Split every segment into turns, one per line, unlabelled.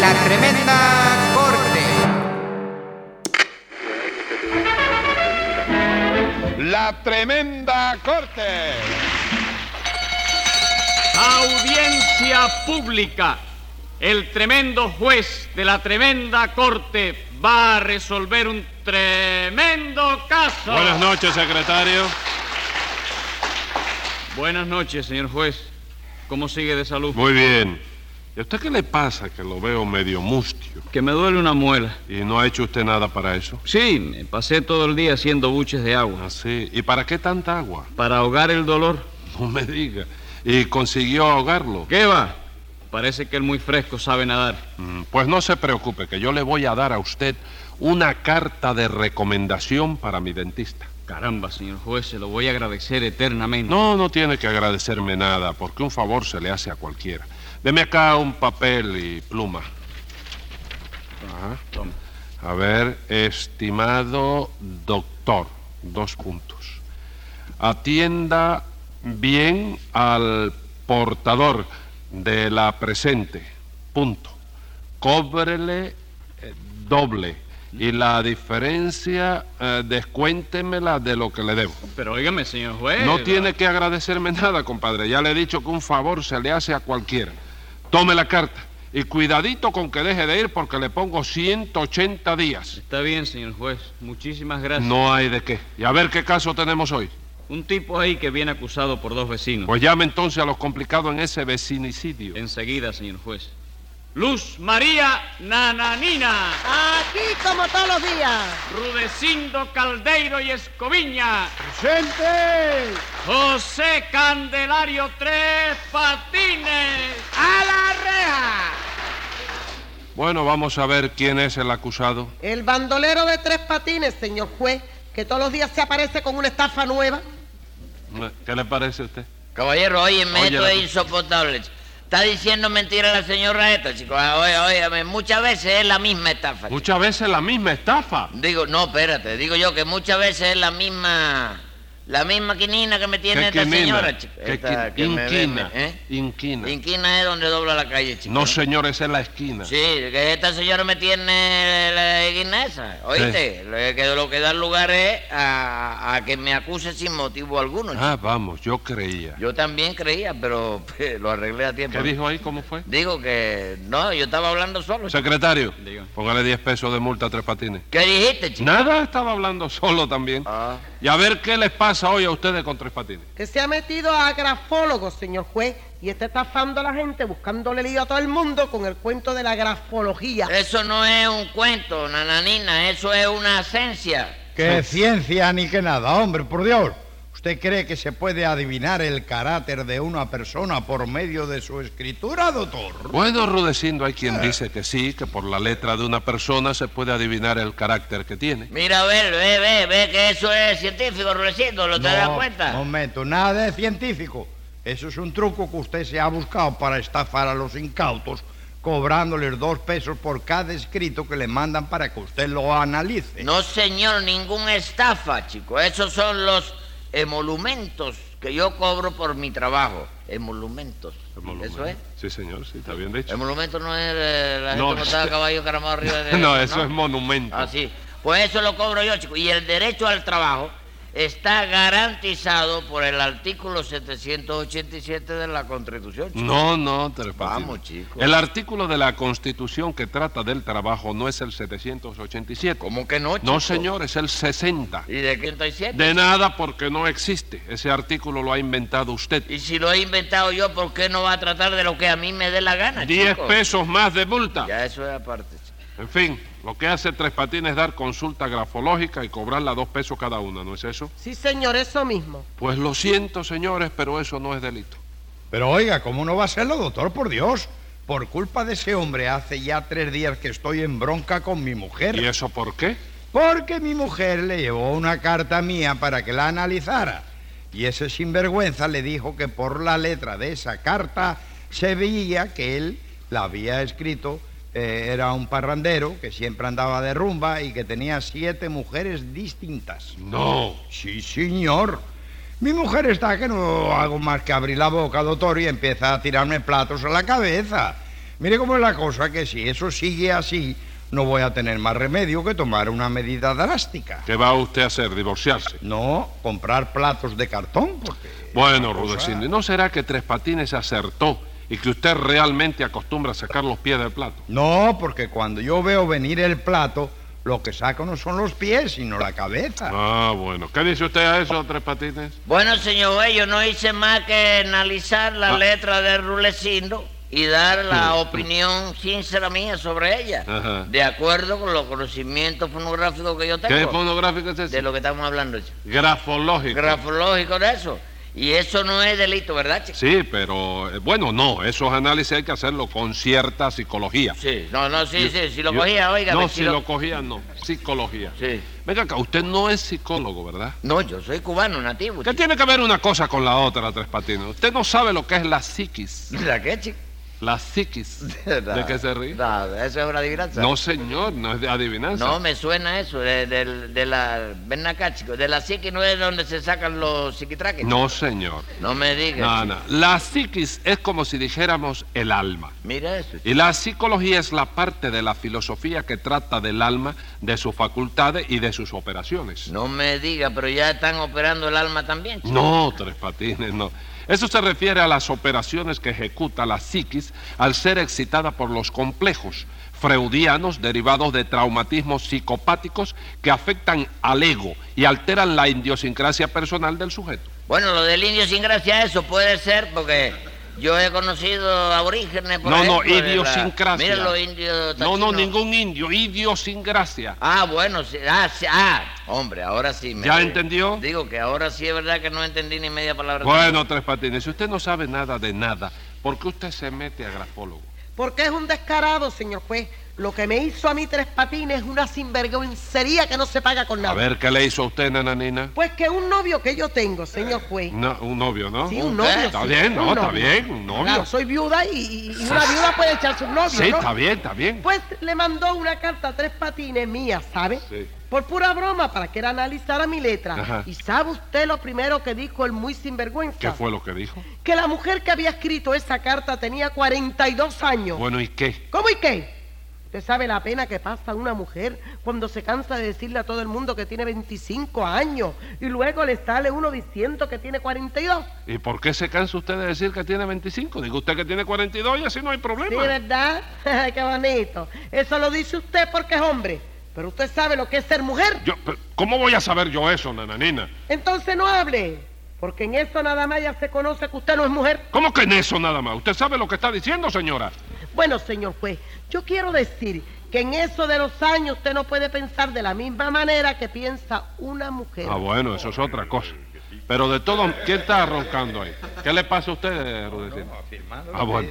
La tremenda corte.
La tremenda corte.
Audiencia pública. El tremendo juez de la tremenda corte va a resolver un tremendo caso.
Buenas noches, secretario.
Buenas noches, señor juez. ¿Cómo sigue de salud?
Muy bien. ¿Y a usted qué le pasa que lo veo medio mustio?
Que me duele una muela.
¿Y no ha hecho usted nada para eso?
Sí, me pasé todo el día haciendo buches de agua
Así. ¿Y para qué tanta agua?
para ahogar el dolor.
No me diga. ¿Y consiguió ahogarlo?
¿Qué va? Parece que el muy fresco sabe nadar.
Mm, Pues no se preocupe, que yo le voy a dar a usted una carta de recomendación para mi dentista.
Caramba, señor juez, se lo voy a agradecer eternamente.
No, no tiene que agradecerme nada, porque un favor se le hace a cualquiera. Deme acá un papel y pluma.
Toma.
A ver, estimado doctor, dos puntos. Atienda bien al portador de la presente, punto. Cóbrele eh, doble y la diferencia eh, descuéntemela de lo que le debo.
Pero óigame, señor juez.
No tiene que agradecerme nada, compadre. Ya le he dicho que un favor se le hace a cualquiera. Tome la carta y cuidadito con que deje de ir porque le pongo 180 días.
Está bien, señor juez. Muchísimas gracias.
No hay de qué. Y a ver qué caso tenemos hoy.
Un tipo ahí que viene acusado por dos vecinos.
Pues llame entonces a los complicados en ese vecinicidio.
Enseguida, señor juez. Luz María Nananina,
Aquí como todos los días.
Rudecindo Caldeiro y Escoviña,
¡Presente!
José Candelario Tres Patines.
¡A la reja!
Bueno, vamos a ver quién es el acusado.
El bandolero de tres patines, señor juez, que todos los días se aparece con una estafa nueva.
Eh, ¿Qué le parece a usted?
Caballero, óyeme,
Oye,
esto
la-
es insoportable. Está diciendo mentira la señora esta, chico. Ah, Oye, óyeme, muchas veces es la misma estafa. chico.
Muchas veces la misma estafa.
Digo, no, espérate, digo yo que muchas veces es la misma... La misma quinina que me tiene
¿Qué
esta
quinina?
señora, chico.
¿Qué
Esta
qui-
que me
inquina?
vende, ¿eh?
Inquina.
Inquina es donde dobla la calle, chico. ¿eh?
No, señor, esa es la esquina.
Sí, que esta señora me tiene la guinesa, ¿oíste? Lo que- Lo que da lugar es a, a que me acuse sin motivo alguno.
Ah, vamos, yo creía.
Yo también creía, pero lo arreglé a tiempo.
¿Qué dijo ahí? ¿Cómo fue?
Digo que no, yo estaba hablando solo. chico.
Secretario,
Diga.
póngale 10 pesos de multa a Tres Patines.
¿Qué dijiste, chico?
Nada, estaba hablando solo también.
Ah.
Y a ver qué les pasa hoy a ustedes con Tres Patines.
Que se ha metido a grafólogo, señor juez, y está estafando a la gente, buscándole lío a todo el mundo con el cuento de la grafología.
Eso no es un cuento, nananina, eso es una esencia.
Que ciencia ni que nada, hombre, por Dios. ¿Usted cree que se puede adivinar el carácter de una persona por medio de su escritura, doctor?
Bueno, Rudecindo, hay quien dice que sí, que por la letra de una persona se puede adivinar el carácter que tiene.
Mira, a ver, ve, ve, ve que eso es científico, Rudecindo, ¿lo te das cuenta?
Momento, nada es científico. Eso es un truco que usted se ha buscado para estafar a los incautos, cobrándoles dos pesos por cada escrito que le mandan para que usted lo analice.
No, señor, ningún estafa, chico. Esos son los emolumentos que yo cobro por mi trabajo. Emolumentos. ¿Eso es?
Sí, señor, sí, está bien dicho.
Emolumento no es eh, la gente
No,
montada a
este-
caballo caramado arriba de... Ah,
No, eso es monumento.
Así. Pues eso lo cobro yo, chico. Y el derecho al trabajo está garantizado por el artículo 787 de la Constitución. chico.
No, no, Tres Patines.
Vamos, chicos.
El artículo de la Constitución que trata del trabajo no es el 787.
¿Cómo que
No,
no, chico?
señor, es el 60.
¿Y de 37?
De nada porque no existe. Ese artículo lo ha inventado usted.
Y si lo he inventado yo, ¿por qué no va a tratar de lo que a mí me dé la gana,
10
chico?
pesos más de multa.
Ya eso es aparte, chico.
En fin, lo que hace Tres Patines es dar consulta grafológica y cobrarla dos pesos cada una, ¿no es eso?
Sí, señor, eso mismo.
Pues lo siento, señores, pero eso no es delito.
Pero oiga, ¿cómo no va a serlo, doctor? Por Dios. Por culpa de ese hombre hace ya tres días que estoy en bronca con mi mujer.
¿Y eso por qué?
Porque mi mujer le llevó una carta mía para que la analizara. Y ese sinvergüenza le dijo que por la letra de esa carta se veía que él la había escrito. eh, era un parrandero que siempre andaba de rumba y que tenía siete mujeres distintas.
No.
Sí, señor. Mi mujer está que no hago más que abrir la boca, doctor, y empieza a tirarme platos a la cabeza. Mire cómo es la cosa, que si eso sigue así, no voy a tener más remedio que tomar una medida drástica.
¿Qué va usted a hacer? ¿Divorciarse?
No comprar platos de cartón, porque...
Bueno, Rudecindo, ¿y no será que Tres Patines acertó y que usted realmente acostumbra a sacar los pies del plato?
No, porque cuando yo veo venir el plato, lo que saco no son los pies, sino la cabeza.
Ah, bueno. ¿Qué dice usted a eso, Tres Patines?
Bueno, señor juez, yo no hice más que analizar la
Ah.
letra de Rulecindo y dar la opinión sincera mía sobre ella,
Ajá.
de acuerdo con los conocimientos fonográficos que yo
¿Qué
tengo,
fonográfico es ese?
de lo que estamos hablando, chico.
Grafológico.
grafológico de eso. Y eso no es delito, ¿verdad, chico?
Sí, pero eh, bueno, no, esos análisis hay que hacerlo con cierta psicología.
Sí, no, no, sí,
Yo-
sí, si lo
yo-
cogía, oiga,
No,
si
si
lo-
lo cogía, no. Psicología.
Sí.
Venga acá, usted no es psicólogo, ¿verdad?
No, yo soy cubano nativo.
¿Qué
chico.
tiene que ver una cosa con la otra, Tres Patines? Usted no sabe lo que es la psiquis.
¿La qué, chico?
La psiquis. ¿De qué se ríe?
No, eso es una adivinanza.
No, señor, no es de adivinanza.
No, me suena eso, de, del- de la... Ven acá, chico, de la psiqui no es donde se sacan los psiquitraques.
No, señor.
No me digas.
No,
chico.
no. La psiquis es como si dijéramos el alma.
Mira eso. chico.
Y la psicología es la parte de la filosofía que trata del alma, de sus facultades y de sus operaciones.
No me digas, pero ya están operando el alma también. chico.
No, tres patines, no. Eso se refiere a las operaciones que ejecuta la psiquis al ser excitada por los complejos freudianos derivados de traumatismos psicopáticos que afectan al ego y alteran la idiosincrasia personal del sujeto.
Bueno, lo del indio sin gracia, eso puede ser porque yo he conocido aborígenes. Por
No, no,
ejemplo, de la-
idiosincrasia.
Mira los indios.
No, no,
tachinos.
ningún indio, idiosincrasia.
Ah, bueno, sí, ah, sí, ah, hombre, ahora sí. Me
¿Ya entendió?
Digo que ahora sí es verdad que no entendí ni media palabra.
Bueno, tres patines, si usted no sabe nada de nada, ¿por qué usted se mete a grafólogo?
Porque es un descarado, señor juez. Lo que me hizo a mí tres patines es una sinvergüencería que no se paga con nada.
A ver, ¿qué le hizo a usted, nananina?
Pues que un novio que yo tengo, señor juez.
No, un novio, ¿no?
Sí, un
¿qué?
novio. sí,
Está bien, no,
un
está
novio.
bien, un novio.
Claro, soy viuda y, y una viuda puede echarse un novio.
Sí,
¿no?
está bien, está bien.
Pues le mandó una carta a tres patines mía, ¿sabe?
Sí.
Por pura broma, para que él analizara mi letra.
Ajá.
¿Y sabe usted lo primero que dijo el muy sinvergüenza?
¿Qué fue lo que dijo?
Que la mujer que había escrito esa carta tenía 42 años.
Bueno, ¿y qué?
¿Cómo y qué? ¿Usted sabe la pena que pasa una mujer cuando se cansa de decirle a todo el mundo que tiene 25 años y luego le sale uno diciendo que tiene 42?
¿Y por qué se cansa usted de decir que tiene 25? Diga usted que tiene 42 y así no hay
Sí,
problema.
¿verdad? ¡Qué bonito! Eso lo dice usted porque es hombre. Pero usted sabe lo que es ser mujer.
Yo, pero, ¿Cómo voy a saber yo eso, nananina?
Entonces no hable. Porque en eso nada más ya se conoce que usted no es mujer.
¿Cómo que en eso nada más? ¿Usted sabe lo que está diciendo, señora?
Bueno, señor juez, yo quiero decir que en eso de los años usted no puede pensar de la misma manera que piensa una mujer.
Ah, bueno, eso es otra cosa. Pero de todo, ¿quién está roncando ahí? ¿Qué le pasa a usted, Rudecindo? Ah, bueno.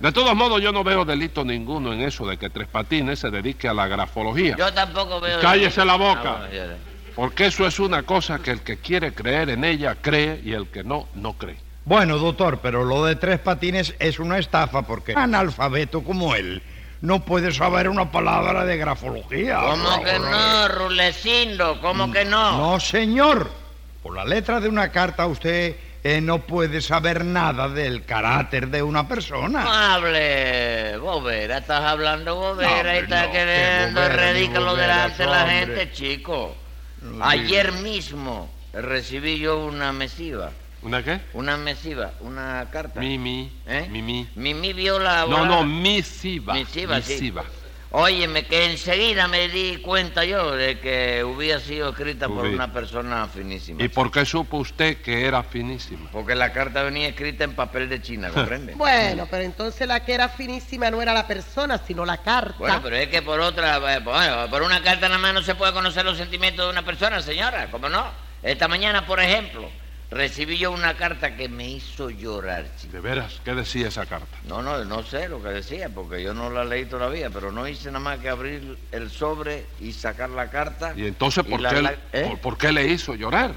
De todos modos, yo no veo delito ninguno en eso de que Tres Patines se dedique a la grafología.
Yo tampoco veo.
Cállese la boca.
Ah, bueno, ya, ya.
Porque eso es una cosa que el que quiere creer en ella cree y el que no, no cree.
Bueno, doctor, pero lo de tres patines es una estafa porque analfabeto como él no puede saber una palabra de grafología.
¿Cómo que no, Rulecindo? ¿Cómo que no?
No, señor. Por la letra de una carta usted eh, no puede saber nada del carácter de una
Ah.
persona.
hable, bobera, estás hablando bobera
No,
y estás
hombre, no, qué
queriendo
bobera ni
redícalo
bobera,
delante de la
hombre.
gente, chico. Ayer mismo recibí yo una mesiva.
¿Una qué?
Una mesiva, una carta.
Mimi.
¿Eh?
Mimi.
Mimi vio la...
No, no,
abogada-
misiva.
Misiva, sí.
Misiva.
Óyeme, que enseguida me di cuenta yo de que hubiera sido escrita por
Hubi-
una persona finísima.
¿Y por qué supo usted que era finísima?
Porque la carta venía escrita en papel de China, ¿comprende?
Bueno, pero entonces la que era finísima no era la persona, sino la carta.
Bueno, pero es que por otra, eh, bueno, por una carta nada más no se puede conocer los sentimientos de una persona, señora, ¿cómo no? Esta mañana, por ejemplo, recibí yo una carta que me hizo llorar, chico.
De veras, ¿qué decía esa carta?
No, no, no sé lo que decía, porque yo no la leí todavía, pero no hice nada más que abrir el sobre y sacar la carta.
¿Y entonces por,
la-
qué,
la- ¿eh?
por, por qué le hizo llorar?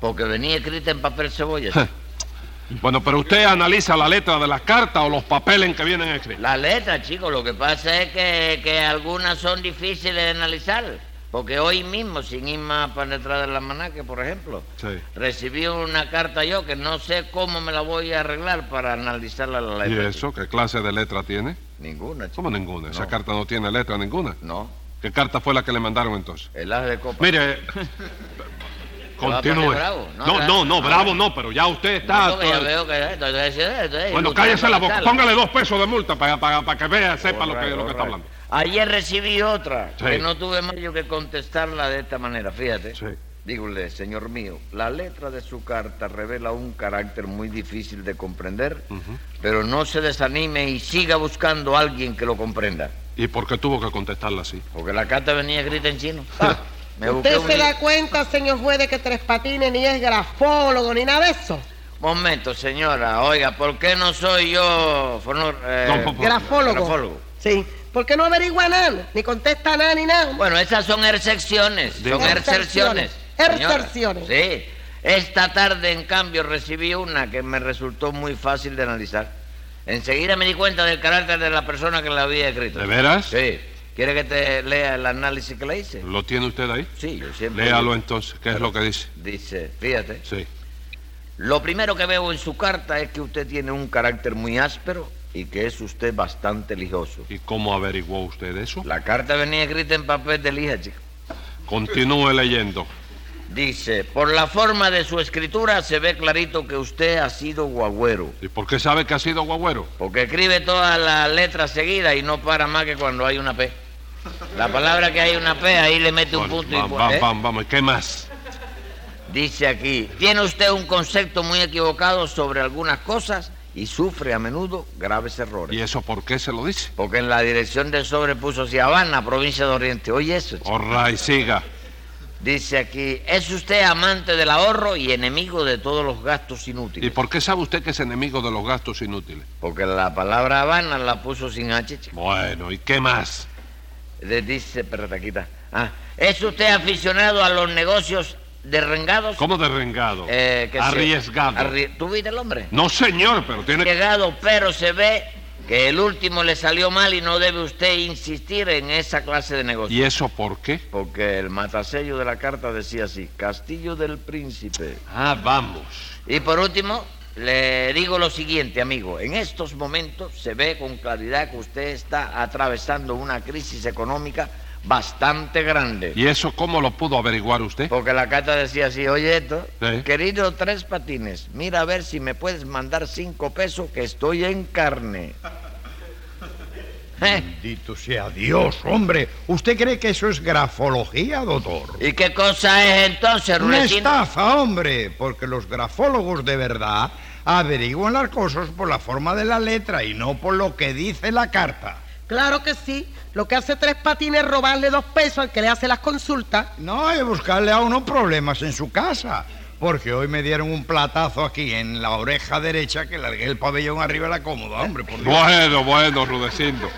Porque venía escrita en papel cebolla. chico.
Bueno, pero usted analiza la letra de la carta o los papeles en que vienen escritos.
Las letras, chicos, lo que pasa es que, que algunas son difíciles de analizar. Porque hoy mismo, sin ir más para detrás del almanaque, por ejemplo,
Sí.
recibí una carta yo que no sé cómo me la voy a arreglar para analizarla la
¿Y
letra.
eso? ¿Qué clase de letra tiene?
chico. Ninguna, chico.
¿Cómo ninguna? Esa
No.
carta no tiene letra ninguna.
No,
¿Qué carta fue la que le mandaron entonces?
el as de copa.
Mire,
va a poner
continúe.
bravo, no,
No,
bravo.
no, no, bravo no, pero ya usted está...
No, porque yo
todo-
veo que... entonces- entonces-
Bueno,
usted
cállese la boca.
analizarla.
Póngale dos pesos de multa para, para, para que vea, sepa lo que,
Alright,
lo que está
alright.
hablando.
Ayer recibí otra
Sí.
que no tuve más yo que contestarla de esta manera, fíjate.
Sí.
Dígole, señor mío, la letra de su carta revela un carácter muy difícil de comprender,
Mm.
pero no se desanime y siga buscando a alguien que lo comprenda.
¿Y por qué tuvo que contestarla así?
Porque la carta venía escrita en chino. Me busqué
Ah, ¿Usted
un...
se da cuenta, señor juez, de que Tres Patines ni es grafólogo ni nada de eso?
Momento, señora, oiga, ¿por qué no soy yo fonor- eh,
No, por-
Grafólogo.
grafólogo?
Sí. ¿Por qué no averigua nada? Ni contesta nada ni nada.
Bueno, esas son excepciones, son
Diga.
excepciones. señora.
Excepciones.
Sí. Esta tarde, en cambio, recibí una que me resultó muy fácil de analizar. Enseguida me di cuenta del carácter de la persona que la había escrito.
¿De veras?
Sí. ¿Quiere que te lea el análisis que le hice?
¿Lo tiene usted ahí?
Sí, yo siempre...
Léalo entonces, ¿qué es lo que dice?
Dice, fíjate,
Sí.
lo primero que veo en su carta es que usted tiene un carácter muy áspero y que es usted bastante lijoso.
¿Y cómo averiguó usted eso?
La carta venía escrita en papel de lija, chico.
Continúe leyendo.
Dice, por la forma de su escritura se ve clarito que usted ha sido guagüero,
¿Y por qué sabe que ha sido guagüero?
porque escribe todas las letras seguidas y no para más que cuando hay una P. La palabra que hay una P, ahí le mete un
Bueno,
punto y
vamos,
pu-
vamos,
¿eh?
vamos, vamos, ¿y qué más?
Dice aquí, tiene usted un concepto muy equivocado sobre algunas cosas y sufre a menudo graves errores.
¿Y eso por qué se lo dice?
Porque en la dirección del sobre puso así, Habana, provincia de Oriente. Oye eso, chico.
Orra y siga.
Dice aquí, es usted amante del ahorro y enemigo de todos los gastos inútiles.
¿Y por qué sabe usted que es enemigo de los gastos inútiles?
Porque la palabra Habana la puso sin H, chico.
Bueno, ¿y qué más?
Le dice, espérate, aquí está. Ah, ¿Es usted aficionado a los negocios derrengados?
¿Cómo derrengado?
Eh, que sí.
Arriesgado.
Arri- ¿Tú viste el hombre?
No, señor, pero tiene que...
Arriesgado, pero se ve que el último le salió mal y no debe usted insistir en esa clase de negocios.
¿Y eso por qué?
Porque el matasello de la carta decía así, Castillo del Príncipe.
Ah, vamos.
Y por último, le digo lo siguiente, amigo. En estos momentos se ve con claridad que usted está atravesando una crisis económica bastante grande.
¿Y eso cómo lo pudo averiguar usted?
Porque la carta decía así, oye esto,
Sí.
querido Tres Patines, mira a ver si me puedes mandar cinco pesos que estoy en carne. ¿Eh?
Bendito sea Dios, hombre. ¿Usted cree que eso es grafología, doctor?
¿Y qué cosa es entonces,
Una
Rulecino?
estafa, hombre, porque los grafólogos de verdad averiguan las cosas por la forma de la letra y no por lo que dice la carta.
Claro que sí. Lo que hace Tres Patines es robarle dos pesos al que le hace las consultas.
No, hay que buscarle a uno problemas en su casa, porque hoy me dieron un platazo aquí en la oreja derecha que largué el pabellón arriba de la cómoda, hombre, por Dios.
Bueno, bueno, Rudecindo.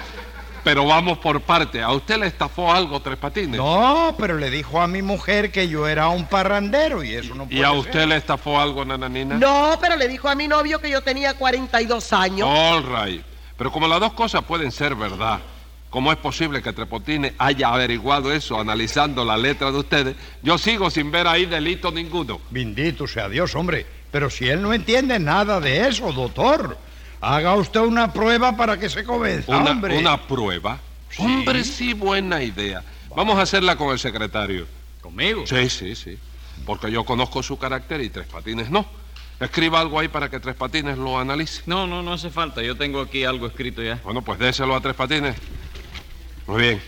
Pero vamos por parte. ¿A usted le estafó algo Tres Patines?
No, pero le dijo a mi mujer que yo era un parrandero y eso no puede
¿Y a
ser.
usted le estafó algo, Nananina?
No, pero le dijo a mi novio que yo tenía 42 años.
All right. Pero como las dos cosas pueden ser verdad, ¿cómo es posible que Trepotine haya averiguado eso analizando la letra de ustedes? Yo sigo sin ver ahí delito ninguno.
Bendito sea Dios, hombre. Pero si él no entiende nada de eso, doctor, haga usted una prueba para que se convenza,
Una,
hombre.
una prueba. Hombre, sí, buena idea. Vamos a hacerla con el secretario.
¿Conmigo?
Sí, sí, sí. porque yo conozco su carácter y Tres Patines no. Escriba algo ahí para que Tres Patines lo analice.
No, no, no hace falta. Yo tengo aquí algo escrito ya.
Bueno, pues déselo a Tres Patines. Muy bien.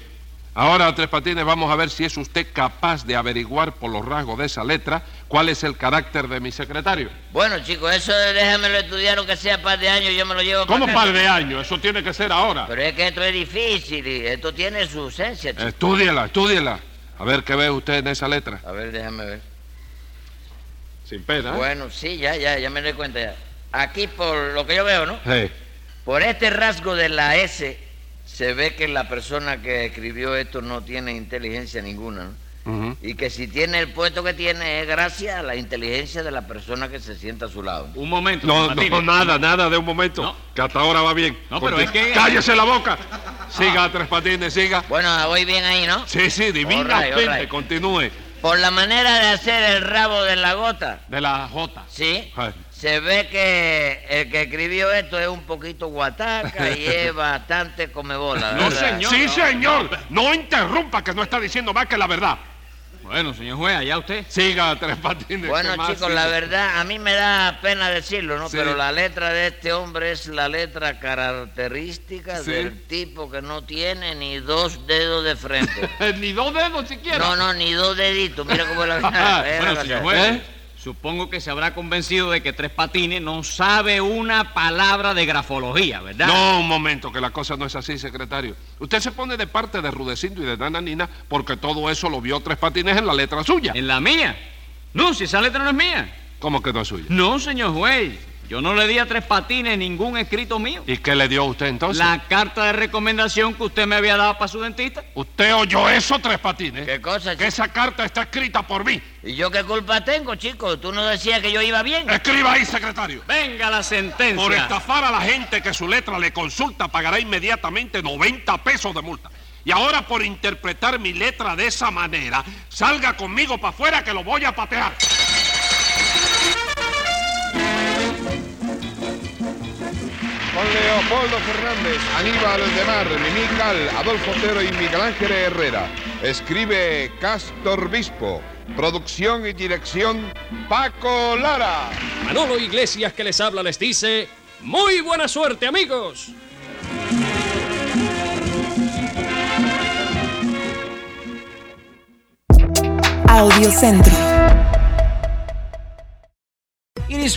Ahora, Tres Patines, vamos a ver si es usted capaz de averiguar por los rasgos de esa letra cuál es el carácter de mi secretario.
Bueno, chicos, eso déjamelo estudiar, aunque sea par de años, yo me lo llevo
¿Cómo
para
par de años? Eso tiene que ser ahora.
Pero es que esto es difícil y esto tiene su esencia, chico.
Estúdiela, estúdiela. A ver qué ve usted en esa letra.
A ver, déjame ver.
Sin pena. ¿eh?
Bueno, sí, ya, ya, ya me doy cuenta ya. Aquí, por lo que yo veo, ¿no?
Sí.
Por este rasgo de la S, se ve que la persona que escribió esto no tiene inteligencia ninguna, ¿no?
Ujú.
Y que si tiene el puesto que tiene es gracias a la inteligencia de la persona que se sienta a su lado.
Un momento, Tres
No, no,
Patines.
nada, nada de un momento.
No.
Que hasta ahora va bien.
No, pero
Conti-
es que- Ah.
¡Cállese la boca! Siga, Tres Patines, siga.
Bueno, voy bien ahí, ¿no?
Sí, sí, divinamente,
All right, all right.
continúe.
Por la manera de hacer el rabo de la gota,
De la J.
¿sí?
Ay.
Se ve que el que escribió esto es un poquito guataca y es bastante comebola.
No,
¿verdad?
señor.
sí,
no.
señor. No interrumpa que no está diciendo más que la verdad.
Bueno, señor juez, allá usted.
Siga, Tres Patines.
Bueno,
¿qué más
chicos,
sigue?
la verdad, a mí me da pena decirlo, ¿no?
Sí.
Pero la letra de este hombre es la letra característica
Sí.
del tipo que no tiene ni dos dedos de frente.
Eh,
Ni dos dedos siquiera.
no, no, ni dos deditos. Mira cómo es la Mira la
Bueno, señor
cosa.
juez,
¿Eh?
supongo que se habrá convencido de que Tres Patines no sabe una palabra de grafología, ¿verdad?
No, un momento, que la cosa no es así, secretario. Usted se pone de parte de Rudecindo y de Nananina porque todo eso lo vio Tres Patines en la letra suya.
¿En la mía? No, si esa letra no es mía.
¿Cómo que no es suya?
No, señor juez. Yo no le di a Tres Patines ningún escrito mío.
¿Y qué le dio a usted entonces?
La carta de recomendación que usted me había dado para su dentista.
¿Usted oyó eso, Tres Patines?
¿Qué cosa,
Que
chico?
esa carta está escrita por mí.
¿Y yo qué culpa tengo, chico? ¿Tú no decías que yo iba bien?
Escriba ahí, secretario.
Venga la sentencia.
Por estafar a la gente que su letra le consulta, pagará inmediatamente 90 pesos de multa. Y ahora por interpretar mi letra de esa manera, salga conmigo para afuera que lo voy a patear.
Con Leopoldo Fernández, Aníbal de Mar, Mimí Cal, Adolfo Otero y Miguel Ángel Herrera. Escribe Castor Bispo. Producción y dirección Paco Lara.
Manolo Iglesias que les habla les dice, muy buena suerte amigos.
Audio Centro.
It is